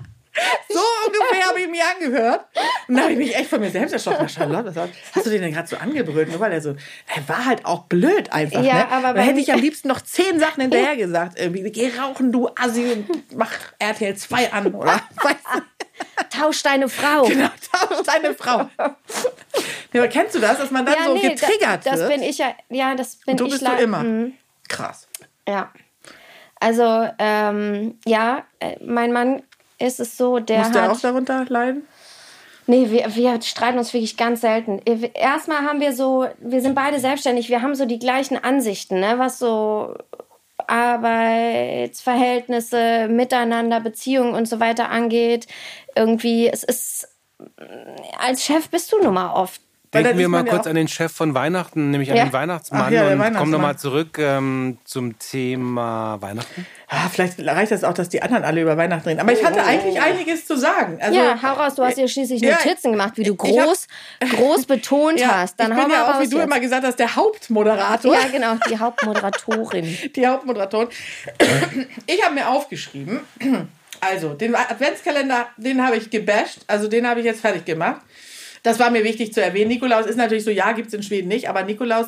So ungefähr habe ich mich angehört. Und da habe ich mich echt von mir selbst erschrocken. Charlotte, was hast- hast du den denn gerade so angebrüllt? Nur weil er so, er war halt auch blöd einfach.
Ja,
ne?
aber
da
bei
hätte
mir-
ich am liebsten noch zehn Sachen hinterher gesagt. Irgendwie, geh rauchen, du Assi, und mach RTL 2 an, oder? Weißt
Tausch deine Frau.
du, genau, tausch deine Frau. Nee, aber kennst du das, dass man dann so
nee,
getriggert
da, das
wird?
bin ich ja, ja, das bin
du
ich Mhm.
bist du
leid-
immer. Krass.
Ja. Also, ähm, ja, äh, mein Mann ist es so, der
Muss
hat.
der auch darunter leiden?
Nee, wir, wir streiten uns wirklich ganz selten. Äh, Erstmal haben wir so, wir sind beide selbstständig, wir haben so die gleichen Ansichten, ne? was so Arbeitsverhältnisse, Miteinander, Beziehungen und so weiter angeht. Irgendwie, es ist, mm, als Chef bist du nun mal oft.
Weil da
Denken wir
sieht
mal
man ja
kurz
auch-
an den Chef von Weihnachten, nämlich an
Ja.
den Weihnachtsmann.
Ach ja, der
und
Weihnachtsmann.
kommen nochmal zurück ähm, zum Thema Weihnachten.
Ah, vielleicht reicht das auch, dass die anderen alle über Weihnachten reden.
Oh,
Aber ich hatte eigentlich einiges zu sagen. Also,
Ja, hau raus, du hast dir schließlich
Ja,
Notizen gemacht, wie du
ich hab-
groß, groß betont hast. Dann
ich
hau
bin
mal
ja auch,
raus.
wie du
jetzt.
immer gesagt hast, der Hauptmoderator,
ja, genau, die Hauptmoderatorin.
die Hauptmoderatorin. Ich habe mir aufgeschrieben, also den Adventskalender, den habe ich gebasht, also den habe ich jetzt fertig gemacht. Das war mir wichtig zu erwähnen. Nikolaus ist natürlich so, ja, gibt es in Schweden nicht, aber Nikolaus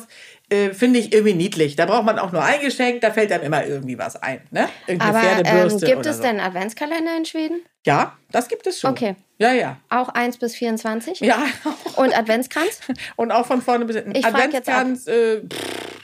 äh, finde ich irgendwie niedlich. Da braucht man auch nur ein Geschenk, da fällt einem immer irgendwie was ein. Ne? Irgendeine
Aber ähm,
Pferdebürste
gibt
oder
es
so.
denn Adventskalender in Schweden?
Ja, das gibt es schon.
Okay.
Ja, ja.
Auch 1 bis 24?
Ja,
Und Adventskranz?
Und auch von vorne bis hinten.
Ich frag jetzt ab.
Adventskranz, äh, pff,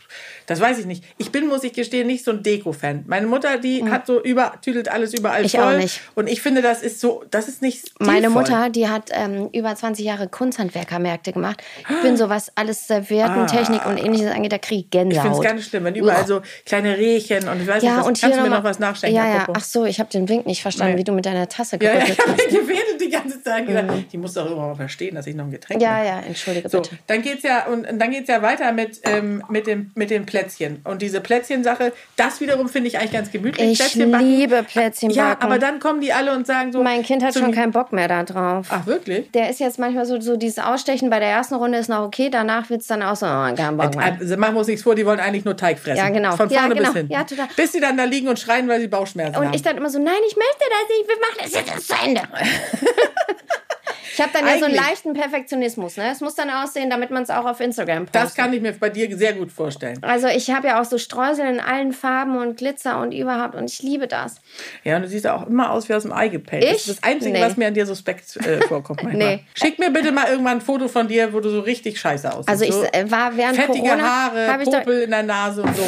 Das weiß ich nicht. Ich bin, muss ich gestehen, nicht so ein Deko-Fan. Meine Mutter, die hat so über, tüdelt alles überall
Hm. Ich
voll.
auch nicht.
Und ich finde, das ist so, das ist nicht stilvoll.
Meine Mutter, die hat ähm, über 20 Jahre Kunsthandwerkermärkte gemacht. Ich bin so was alles Servietten, Technik und ähnliches angeht, da kriege ich Gänsehaut.
Ah. Ich finde es ganz schlimm, wenn überall so kleine Rehchen und ich weiß
Ja,
nicht, was,
und hier
kannst du mir
mal-
noch was nachschenken?
Ja, ja.
apropos?
Ach so, ich habe den Wink nicht verstanden,
Nee.
wie du mit deiner Tasse
ja, ja,
gerüttelt
ich habe
hast.
gewedelt die ganze Zeit. Gedacht, Die muss doch irgendwann mal verstehen, dass ich noch ein Getränk
Hm. Ja,
habe.
ja, entschuldige
So,
bitte.
dann geht's ja und, und dann geht's ja weiter mit, ähm, mit, dem, mit den Plätzchen und diese Plätzchen-Sache. Das wiederum finde ich eigentlich ganz gemütlich.
Ich
Plätzchenbacken.
liebe Plätzchenbacken.
Ja, aber dann kommen die alle und sagen so.
Mein Kind hat
zum- Ah.
schon keinen Bock mehr da drauf.
Ach wirklich?
Der ist jetzt manchmal so, so dieses Ausstechen bei der ersten Runde ist noch okay, danach wird es dann auch so, oh, kein Bock mehr.
Also machen wir uns nichts vor, die wollen eigentlich nur Teig fressen.
Ja, genau.
Von
Ja,
vorne
genau.
bis hinten.
Ja, total.
Bis sie dann da liegen und schreien, weil sie Bauchschmerzen haben.
Und ich dann immer so, nein, ich möchte das nicht, wir machen das jetzt zu Ende. ich habe dann ja so einen
Eigentlich-
leichten Perfektionismus. Ne? Es muss dann aussehen, damit man es auch auf Instagram postet.
das kann ich mir bei dir sehr gut vorstellen.
also ich habe ja auch so Streusel in allen Farben und Glitzer und überhaupt und ich liebe das.
Ja, und du siehst auch immer aus wie aus dem Ei gepellt. Das
Ich?
ist das Einzige,
Nee.
was mir an dir suspekt äh, vorkommt. Manchmal.
Nee.
Schick mir bitte mal irgendwann ein Foto von dir, wo du so richtig scheiße aussiehst.
Also ich
so
äh, war während
fettige
Corona, habe
Haare,
ich da
Popel in der Nase und so.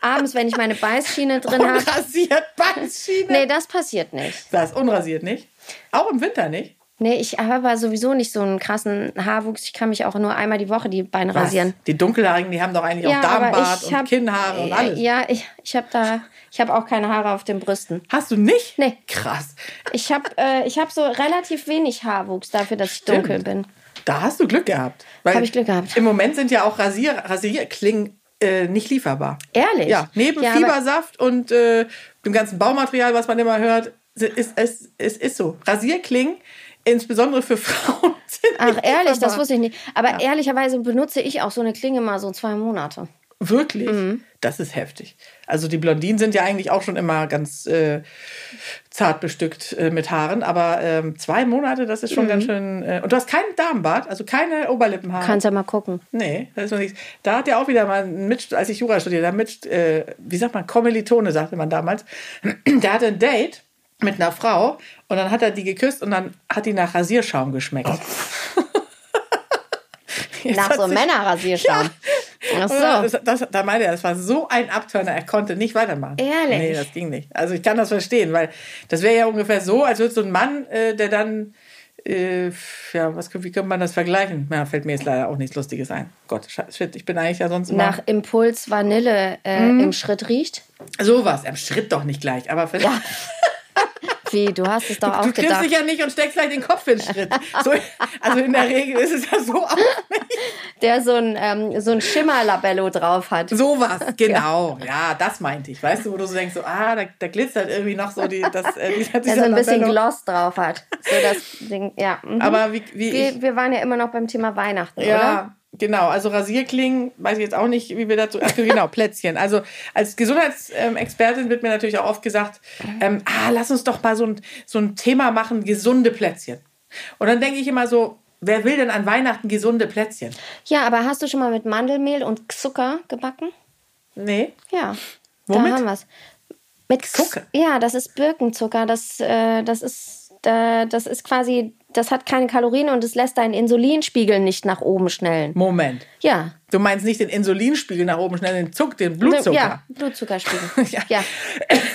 abends, wenn ich meine Beißschiene drin
Oh
habe,
Unrasiert, Beißschiene.
nee, das passiert nicht.
Das ist unrasiert, nicht? Auch im Winter nicht?
Nee, ich habe aber sowieso nicht so einen krassen Haarwuchs. Ich kann mich auch nur einmal die Woche die Beine rasieren.
Die Dunkelhaarigen, die haben doch eigentlich auch Darmbart und Kinnhaare und alles.
Ja, ich, ich habe da, ich habe auch keine Haare auf den Brüsten.
Hast du nicht?
Nee.
Krass.
Ich habe äh, ich hab so relativ wenig Haarwuchs dafür, dass ich dunkel bin.
Da hast du Glück gehabt. Weil
Hab ich Glück gehabt.
Im Moment sind ja auch Rasier Rasierklingen äh, nicht lieferbar.
Ehrlich?
Ja, neben
Ja, aber-
Fiebersaft und äh, dem ganzen Baumaterial, was man immer hört, es ist, es, es ist so. Rasierklingen, insbesondere für Frauen, sind
Ach,
nicht
ehrlich, das
lieferbar.
wusste ich nicht. Aber ehrlicherweise benutze ich auch so eine Klinge mal so zwei Monate.
Wirklich?
Mhm.
Das ist heftig. Also die Blondinen sind ja eigentlich auch schon immer ganz äh, zart bestückt äh, mit Haaren, aber ähm, zwei Monate, das ist
Mhm.
schon ganz schön. Äh, und du hast keinen Darmbart, also keine Oberlippenhaare.
Kannst ja mal gucken.
Nee, das ist noch nichts. Da hat ja auch wieder mal ein Mit, als ich Jura studiert habe, mit, äh, wie sagt man, Kommilitone, sagte man damals. Der hatte ein Date mit einer Frau und dann hat er die geküsst und dann hat die nach Rasierschaum geschmeckt. Jetzt
Nach
hat
so
sich-
Männerrasierschaum. Ach
Oder
so.
Das, das, da meinte er, das war so ein Abturner, er konnte nicht weitermachen.
Ehrlich?
Nee, das ging nicht. Also ich kann das verstehen, weil das wäre ja ungefähr so, als würdest du einen Mann, äh, der dann, äh, ja, was, wie könnte man das vergleichen? Na, fällt mir jetzt leider auch nichts Lustiges ein. Gott, sche- shit, ich bin eigentlich ja Mhm. sonst immer...
Nach Impuls Vanille äh, im Schritt riecht.
Sowas, er schritt doch nicht gleich, aber... ver-
Ja. Wie, du hast es doch auch
Du triffst
gedacht.
dich ja nicht und steckst gleich den Kopf in den Schritt. So, also in der Regel ist es ja so auch nicht.
der so ein, ähm, so ein Schimmerlabello drauf hat.
Sowas, genau. Ja, das meinte ich. Weißt du, wo du so denkst, so, ah, da, da glitzert irgendwie noch so die, das, äh, dieser,
der
dieser
so ein bisschen
Labello.
Gloss drauf hat. So das Ding, ja. mhm.
Aber wie, wie ich,
wir, wir waren ja immer noch beim Thema Weihnachten, oder?
ja, genau. Also Rasierklingen, weiß ich jetzt auch nicht, wie wir dazu. Ach genau, Plätzchen. Also als Gesundheitsexpertin wird mir natürlich auch oft gesagt, ähm, ah, lass uns doch mal so ein, so ein Thema machen, gesunde Plätzchen. Und dann denke ich immer so, wer will denn an Weihnachten gesunde Plätzchen?
Ja, aber hast du schon mal mit Mandelmehl und Zucker gebacken?
Nee.
Ja.
Womit?
Da haben wir's. Mit
Zucker?
Zucker? Ja, das ist Birkenzucker. Das, äh, das ist äh, das ist quasi, das hat keine Kalorien und es lässt deinen Insulinspiegel nicht nach oben schnellen.
Moment.
Ja.
Du meinst nicht den Insulinspiegel nach oben schnell, den Zuck, den Blutzucker.
Ja, Blutzuckerspiegel.
Ja.
ja.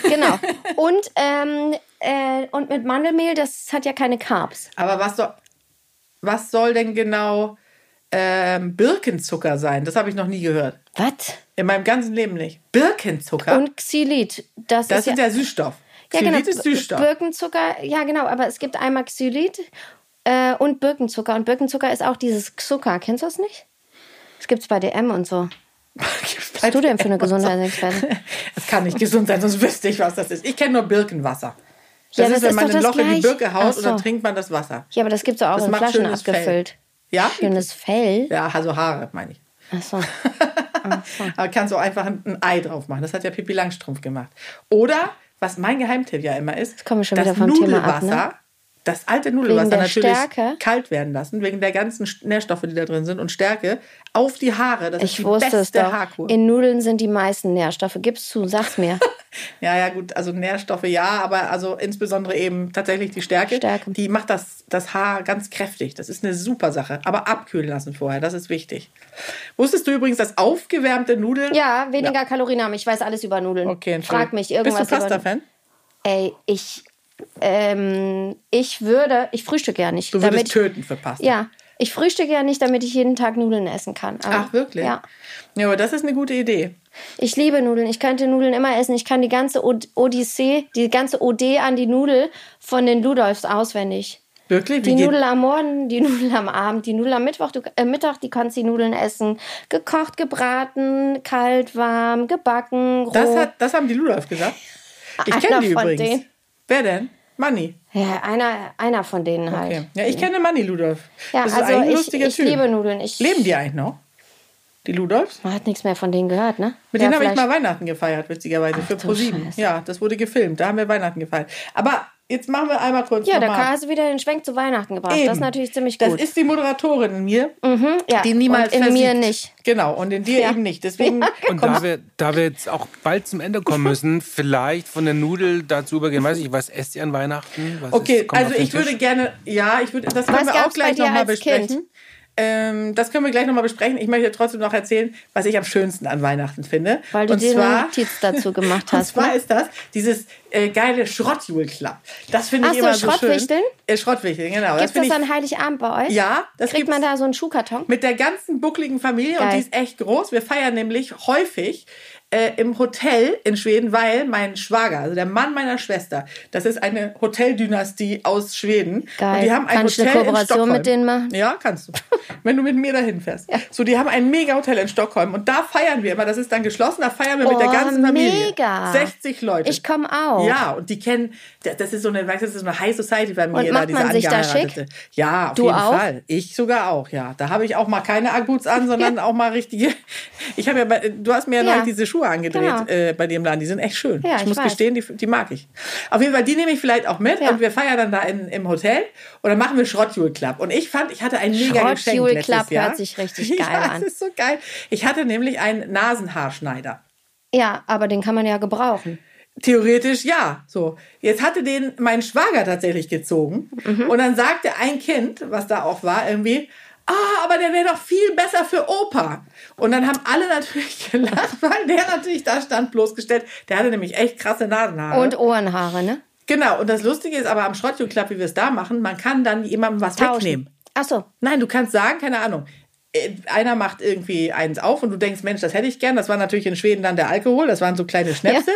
Genau. Und, ähm, äh, und mit Mandelmehl, das hat ja keine Carbs.
Aber was soll, was soll denn genau ähm, Birkenzucker sein? Das habe ich noch nie gehört.
Was?
In meinem ganzen Leben nicht. Birkenzucker.
Und Xylit. Das,
Ah. Das
ist ja,
ist der Süßstoff.
ja,
Xylit
genau.
ist Süßstoff.
Birkenzucker, ja genau, aber es gibt einmal Xylit äh, und Birkenzucker. Und Birkenzucker ist auch dieses Zucker. Kennst du das nicht? Das gibt es bei DM und so. Was bist du denn für eine Gesundheitsexpertin?
Das kann nicht gesund sein, sonst wüsste ich, was das ist. Ich kenne nur Birkenwasser. Das
Ja,
ist,
das
wenn
ist
man
doch
ein
das
Loch in die
Gleiche.
Birke haut
Ach
und dann
so.
trinkt man das Wasser.
Ja, aber das gibt es auch
Das
in
macht
Flaschen
schönes Fell.
abgefüllt.
Ja?
Schönes Fell.
Ja, also Haare, meine ich.
Achso.
Aber kannst du auch einfach ein, ein Ei drauf machen. Das hat ja Pippi Langstrumpf gemacht. Oder, was mein Geheimtipp ja immer ist,
kommen wir schon
das
wieder vom Thema ab, ne?
Nudelwasser, das alte Nudelwasser
der
natürlich
Stärke?
kalt werden lassen, wegen der ganzen Nährstoffe, die da drin sind und Stärke, auf die Haare. Das ist
Ich
die
wusste es
beste
doch.
Haarkur.
In Nudeln sind die meisten Nährstoffe. Gib's zu, sag's mir.
Ja, ja, gut, also Nährstoffe ja, aber also insbesondere eben tatsächlich die Stärke.
Stärke.
Die macht das, das Haar ganz kräftig. Das ist eine super Sache. Aber abkühlen lassen vorher, das ist wichtig. Wusstest du übrigens, dass aufgewärmte Nudeln.
Ja, weniger Kalorien haben. Ich weiß alles über Nudeln.
Okay, Entschuldigung.
Frag mich irgendwas.
Bist du
über-
Pasta-Fan?
Ey, ich, ähm, ich würde, ich frühstücke ja nicht.
Du würdest
ich,
töten für Pasta.
Ja, ich frühstücke ja nicht, damit ich jeden Tag Nudeln essen kann. Aber,
Ach, wirklich?
Ja.
Ja, aber das ist eine gute Idee.
Ich liebe Nudeln. Ich könnte Nudeln immer essen. Ich kann die ganze Od- Odyssee, die ganze Ode an die Nudel von den Ludolfs auswendig.
Wirklich?
Die
geht-
Nudel am Morgen, die Nudel am Abend, die Nudel am Mittwoch, du, äh, Mittag, die kannst die Nudeln essen. Gekocht, gebraten, kalt, warm, gebacken, roh.
Das, hat, das haben die Ludolf gesagt. Ich
Oh. Einer
kenne die
von
übrigens.
denen.
Wer denn? Manni.
ja, einer, einer von denen halt.
Okay. Ja, ich kenne Manni Ludolf.
Ja,
das ist
also
eigentlich ein
ich,
lustiger
ich
Typ.
liebe Nudeln. Ich,
Leben die eigentlich noch? Die Ludolfs?
Man hat nichts mehr von denen gehört, ne?
Mit
Ja,
denen habe ich
vielleicht-
mal Weihnachten gefeiert, witzigerweise, für
du
ProSieben.
Scheiße.
Ja, das wurde gefilmt, da haben wir Weihnachten gefeiert. Aber jetzt machen wir einmal kurz
Ja, da
nochmal.
hast du wieder den Schwenk zu Weihnachten gebracht. Das
Eben.
ist natürlich ziemlich
Das
gut. Mhm,
ist die Moderatorin in mir,
ja.
die niemals
Und in
versiegt.
mir nicht.
Genau, und in dir
Ja.
eben nicht. Deswegen,
Und da wir, da wir jetzt auch bald zum Ende kommen müssen, vielleicht von der Nudel dazu übergehen. Weiß ich, was esst ihr an Weihnachten? Was
okay,
ist, kommt
also
auf den
ich würde
Tisch?
gerne, ja, ich würde, das können
Was
wir auch
gab's bei
gleich
dir
nochmal
als Kind?
besprechen. Ähm, das können wir gleich nochmal besprechen. Ich möchte trotzdem noch erzählen, was ich am schönsten an Weihnachten finde.
Weil du
und
dir
zwar,
eine Notiz dazu gemacht hast.
Und zwar
Ne?
ist das dieses äh, geile Schrottjule Club. Das finde ich
Ach so,
immer so
Schrottwichteln?
schön. Äh, Schrottwichteln, genau.
Gibt
finde
es
ich
das an Heiligabend bei euch?
Ja, das
Kriegt man
gibt's.
da so einen Schuhkarton?
Mit der ganzen buckligen Familie und
Geil.
die ist echt groß. Wir feiern nämlich häufig äh, im Hotel in Schweden, weil mein Schwager, also der Mann meiner Schwester, das ist eine Hoteldynastie aus Schweden.
Geil.
Und die haben ein
Kann ich
Hotel
eine
in
Kooperation
Stockholm.
mit denen machen?
Ja, kannst du. Wenn du mit mir dahin fährst. So, die haben ein Mega-Hotel in Stockholm und da feiern wir immer. Das ist dann geschlossen, da feiern wir mit der
Oh,
ganzen Familie.
mega.
60 Leute.
Ich komm auch.
Ja, und die kennen, das- das ist so eine, weißt du, das ist so eine High Society bei mir
Und
da,
macht
diese
man sich da schick?
Angeheiratete. Ja, auf
Du
jeden
auch?
Fall. Ich sogar auch, ja. Da habe ich auch mal keine Agboots an, sondern auch mal richtige. Ich habe ja, bei, du hast mir ja,
Ja.
neulich diese Schuhe angedreht
Genau.
äh, bei dem Laden. Die sind echt schön.
Ja,
ich
ich
muss
weiß.
gestehen, die, die mag ich. Auf jeden Fall, die nehme ich vielleicht auch mit
Ja.
und wir feiern dann da in, im Hotel und dann machen wir Schrottjule Club. Und ich fand, ich hatte ein mega Geschenk
Schrottjule
letztes
Club
Jahr.
hört sich richtig geil
ja,
an.
Das ist so geil. Ich hatte nämlich einen Nasenhaarschneider.
Ja, aber den kann man ja gebrauchen.
Theoretisch ja. So, jetzt hatte den mein Schwager tatsächlich gezogen und dann sagte ein Kind, was da auch war, irgendwie, ah, aber der wäre doch viel besser für Opa. Und dann haben alle natürlich gelacht, weil der natürlich da stand bloßgestellt. Der hatte nämlich echt krasse Nasenhaare.
Und Ohrenhaare, ne?
genau. Und das Lustige ist aber am Schrottjuklapp, wie wir es da machen, man kann dann jemandem was wegnehmen.
Ach so.
Nein, du kannst sagen, keine Ahnung. äh, Einer macht irgendwie eins auf und du denkst, Mensch, das hätte ich gern. Das war natürlich in Schweden dann der Alkohol. Das waren so kleine Schnäpse.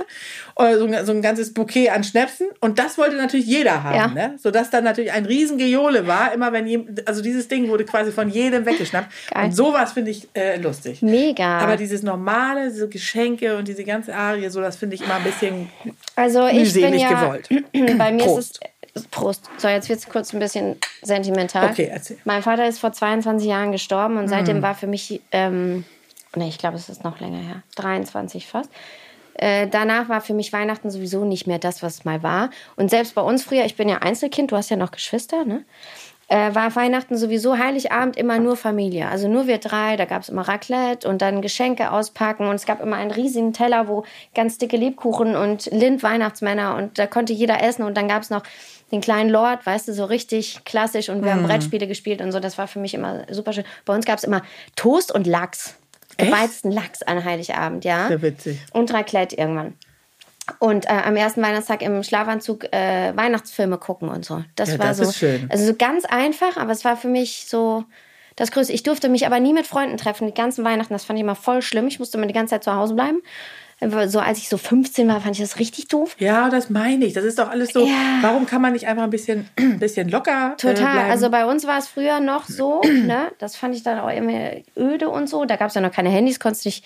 Oder so, ein- so ein ganzes Bouquet an Schnäpsen. Und das wollte natürlich jeder haben.
Ja.
Ne? Sodass dann natürlich ein riesen Gejohle war. Immer wenn jemand, also dieses Ding wurde quasi von jedem weggeschnappt.
Geil.
Und sowas finde ich äh, lustig.
Mega.
Aber dieses normale, so Geschenke und diese ganze Arie, so das finde ich immer ein bisschen
Also ich bin
mühselig
ja,
gewollt.
Bei mir
Prost.
ist es. Prost. So, jetzt wird es kurz ein bisschen sentimental.
Okay, erzähl. Mhm.
Mein Vater ist vor 22 Jahren gestorben und seitdem war für mich, ähm, nee, ich glaube, es ist noch länger her, 23 fast. Äh, danach war für mich Weihnachten sowieso nicht mehr das, was es mal war. Und selbst bei uns früher, ich bin ja Einzelkind, du hast ja noch Geschwister, ne? Äh, war Weihnachten sowieso Heiligabend immer nur Familie. Also nur wir drei, da gab es immer Raclette und dann Geschenke auspacken und es gab immer einen riesigen Teller, wo ganz dicke Lebkuchen und Lind Weihnachtsmänner und da konnte jeder essen und dann gab es noch den kleinen Lord, weißt du, so richtig klassisch und wir
Hm.
haben Brettspiele gespielt und so, das war für mich immer super schön. Bei uns gab es immer Toast und Lachs.
Echt?
Gebeizten Lachs an Heiligabend, ja.
Ja, witzig.
Und Raclette irgendwann. Und äh, am ersten Weihnachtstag im Schlafanzug äh, Weihnachtsfilme gucken und so. Das
Ja,
war
das
so.
ist schön.
Also so ganz einfach, aber es war für mich so das Größte. Ich durfte mich aber nie mit Freunden treffen, die ganzen Weihnachten. Das fand ich immer voll schlimm. Ich musste immer die ganze Zeit zu Hause bleiben. Äh, So als ich so 15 war, fand ich das richtig doof.
Ja, das meine ich. Das ist doch alles so.
Ja.
Warum kann man nicht einfach ein bisschen, ein bisschen locker äh,
Total.
bleiben?
also bei uns war es früher noch so, ne? Das fand ich dann auch irgendwie öde und so. Da gab es ja noch keine Handys, konntest nicht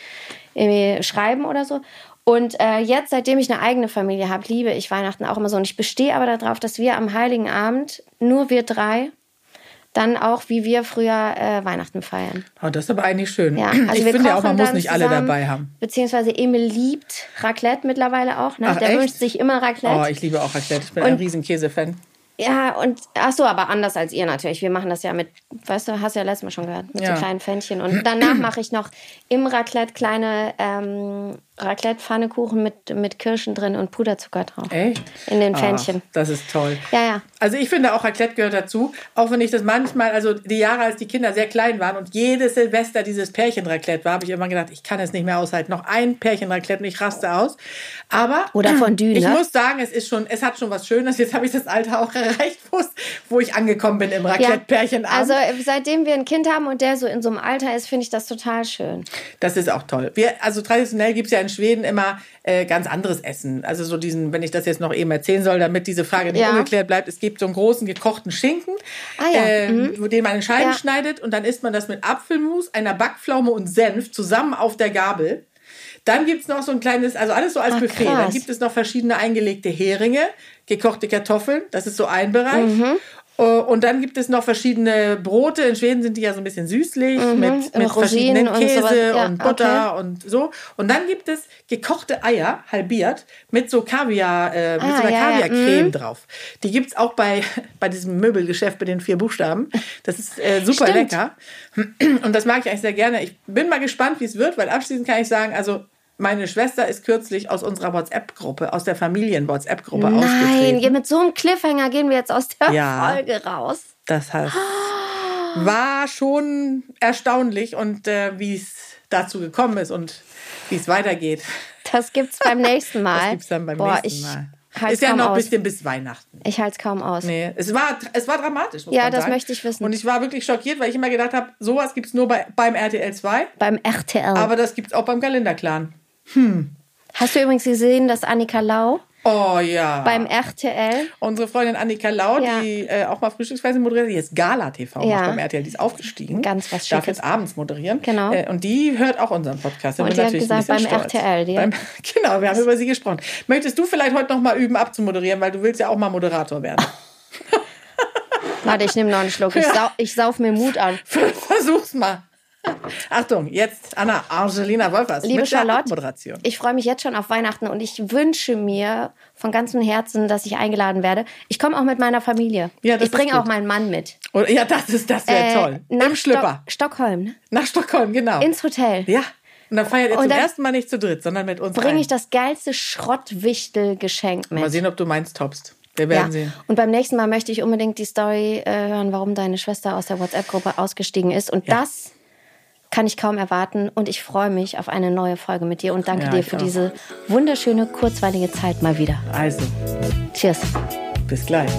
irgendwie schreiben oder so. Und äh, jetzt, seitdem ich eine eigene Familie habe, liebe ich Weihnachten auch immer so. Und ich bestehe aber darauf, dass wir am Heiligen Abend, nur wir drei, dann auch wie wir früher äh, Weihnachten feiern.
Oh, das ist aber eigentlich schön.
Ja, also
ich
wir
finde ja auch,
kochen
man muss
dann
nicht alle
zusammen,
dabei haben.
Beziehungsweise Emil liebt Raclette mittlerweile auch. Ne?
Ach,
Der
echt?
wünscht sich immer Raclette.
Oh, ich liebe auch Raclette. Ich bin
Und-
ein riesen Käsefan.
Ja, und ach so, aber anders als ihr natürlich. Wir machen das ja mit, weißt du, hast du ja letztes Mal schon gehört, mit
Ja.
so kleinen Fännchen. Und danach mache ich noch im Raclette kleine ähm, Raclette, Pfannekuchen mit, mit Kirschen drin und Puderzucker drauf.
Echt? Ah.
In den
Ach,
Pfännchen.
das ist toll.
Ja, ja.
Also ich finde auch Raclette gehört dazu, auch wenn ich das manchmal, also die Jahre, als die Kinder sehr klein waren und jedes Silvester dieses Pärchen-Raclette war, habe ich immer gedacht, ich kann es nicht mehr aushalten. Noch ein Pärchen-Raclette und ich raste aus. Aber
Oder Fondue,
ich
ne?
muss sagen, es ist schon, es hat schon was Schönes. Jetzt habe ich das Alter auch erreicht, wo es- wo ich angekommen bin im
Ja,
Raclette-Pärchen.
also äh, seitdem wir ein Kind haben und der so in so einem Alter ist, finde ich das total schön.
Das ist auch toll. Wir, also traditionell gibt es ja in Schweden immer äh, ganz anderes Essen. Also so diesen, wenn ich das jetzt noch eben erzählen soll, damit diese Frage nicht
Ja.
ungeklärt bleibt, es gibt so einen großen gekochten Schinken,
Ah ja,
äh, wo- den man in Scheiben
Ja.
schneidet und dann isst man das mit Apfelmus, einer Backpflaume und Senf zusammen auf der Gabel. Dann gibt es noch so ein kleines, also alles so als
Ah,
Buffet. Dann
krass.
gibt es noch verschiedene eingelegte Heringe, gekochte Kartoffeln, das ist so ein Bereich.
Mhm.
Äh, Und dann gibt es noch verschiedene Brote. In Schweden sind die ja so ein bisschen süßlich
Mhm.
mit, mit verschiedenen
Rosinen und
Käse
sowas. Ja,
und Butter und so. Und dann gibt es gekochte Eier, halbiert, mit so Kaviar, äh, mit
Ah,
so einer
ja, ja,
Kaviarcreme drauf. Die gibt es auch bei, bei diesem Möbelgeschäft mit den vier Buchstaben. Das ist äh, super
Stimmt.
lecker. Und das mag ich eigentlich sehr gerne. Ich bin mal gespannt, wie es wird, weil abschließend kann ich sagen, also meine Schwester ist kürzlich aus unserer WhatsApp-Gruppe, aus der Familien-WhatsApp-Gruppe
Nein,
ausgetreten.
ge- mit so einem Cliffhanger gehen wir jetzt aus der
Ja.
Folge raus.
Das heißt, war schon erstaunlich und äh, wie es dazu gekommen ist und wie es weitergeht.
Das gibt's beim nächsten Mal.
Das gibt's dann beim
Boah,
nächsten
ich
Mal.
halt's
Ist ja
kaum
noch ein
aus.
bisschen bis Weihnachten.
Ich halte es kaum aus.
Nee, es war, es war dramatisch. Muss
Ja,
man
das
sagen.
möchte ich wissen.
Und ich war wirklich schockiert, weil ich immer gedacht habe, sowas gibt es nur bei, beim RTL 2,
Beim RTL.
aber das gibt es auch beim Kalenderclan.
Hast du übrigens gesehen, dass Annika Lau
Oh ja.
beim RTL
Unsere Freundin Annika Lau,
Ja.
die äh, auch mal Frühstücksfernsehen moderiert, die jetzt Gala TV
Ja.
macht beim RTL, die ist aufgestiegen.
Ganz was
Darf
Schickes.
jetzt abends moderieren.
Genau.
Äh, und die hört auch unseren Podcast. Da
Und
bin
die hat
natürlich ein
gesagt,
bisschen
beim
stolz.
RTL, die-
Beim, genau, wir haben über sie gesprochen. Möchtest du vielleicht heute noch mal üben, abzumoderieren, weil du willst ja auch mal Moderator werden.
Warte, ich nehme noch einen Schluck. Ich,
Ja.
sau, ich sauf mir Mut an.
Versuch's mal. Achtung, jetzt Anna Angelina Wolfers
Liebe
mit der
Charlotte,
Moderation.
ich freue mich jetzt schon auf Weihnachten und ich wünsche mir von ganzem Herzen, dass ich eingeladen werde. Ich komme auch mit meiner Familie.
Ja, das
ich bringe
ist gut.
auch meinen Mann mit.
Oh, ja, das ist das wäre
Äh,
toll.
nach
Im Schlüpper
Stock Stockholm, ne?
nach Stockholm, genau.
ins Hotel.
ja. Und dann feiert ihr
Und
zum
dann
ersten Mal nicht zu dritt, sondern mit uns.
Bringe
ein.
ich das geilste Schrottwichtel-Geschenk mit.
Mal sehen, ob du meins toppst. Wir werden
Ja.
sehen.
Und beim nächsten Mal möchte ich unbedingt die Story äh, hören, warum deine Schwester aus der WhatsApp-Gruppe ausgestiegen ist. Und
Ja.
das kann ich kaum erwarten. Und ich freue mich auf eine neue Folge mit dir und danke
Ja,
dir
ich
für
auch.
diese wunderschöne, kurzweilige Zeit mal wieder.
Also,
Cheers.
bis gleich.